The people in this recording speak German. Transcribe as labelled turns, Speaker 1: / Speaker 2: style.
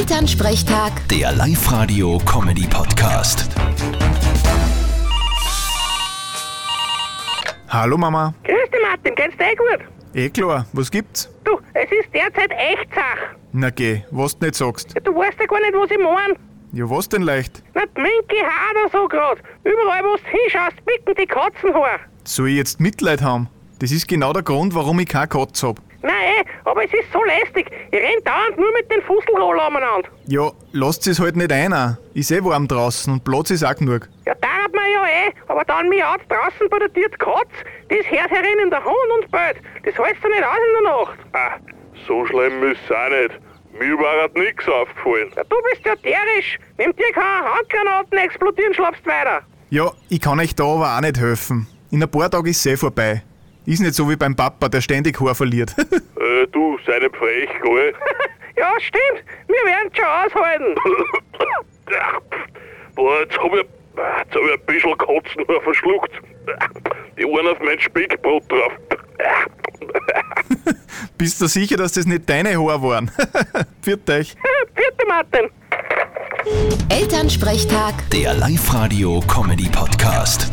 Speaker 1: Elternsprechtag,
Speaker 2: Der Live-Radio-Comedy-Podcast.
Speaker 3: Hallo Mama.
Speaker 4: Grüß dich, Martin, geht's dir eh gut?
Speaker 3: Eh klar, was gibt's?
Speaker 4: Du, es ist derzeit echt Sache.
Speaker 3: Na geh, was du nicht sagst.
Speaker 4: Du weißt ja gar nicht, was ich mein.
Speaker 3: Ja, was denn leicht?
Speaker 4: Na, die Minke hader so grad. Überall, wo du hinschaust, bicken die Katzenhaar.
Speaker 3: Soll ich jetzt Mitleid haben? Das ist genau der Grund, warum ich keine Katze hab.
Speaker 4: Nein, eh, aber es ist so lästig. Ich renn dauernd nur mit den Fusselrollen umeinander.
Speaker 3: Ja, lasst es halt nicht einer. Ist eh warm draußen und Platz ist auch genug.
Speaker 4: Ja, dauert mir ja eh, aber dann miaut draußen bei der Tür die Katz. Das hört herin in der Hund und bellt. Das heißt ja nicht aus in der Nacht.
Speaker 5: Ah, so schlimm ist es auch nicht. Mir war grad nix aufgefallen.
Speaker 4: Ja, du bist ja tierisch. Nimm dir keine Handgranaten, explodieren, schlappst weiter.
Speaker 3: Ja, ich kann euch da aber auch nicht helfen. In ein paar Tagen ist eh vorbei. Ist nicht so wie beim Papa, der ständig Haar verliert.
Speaker 5: Äh, du, sei nicht frech, gell?
Speaker 4: Ja, stimmt. Wir werden's schon aushalten.
Speaker 5: Ach, pff, Boah, jetzt hab ich, ah, jetzt hab ich ein bisschen Katzen verschluckt. Ah, Die waren auf mein Speckbrot drauf. Ah,
Speaker 3: Bist du sicher, dass das nicht deine Haar waren? Pfiat euch.
Speaker 4: Vierte Martin.
Speaker 1: Elternsprechtag.
Speaker 2: Der Live-Radio-Comedy-Podcast.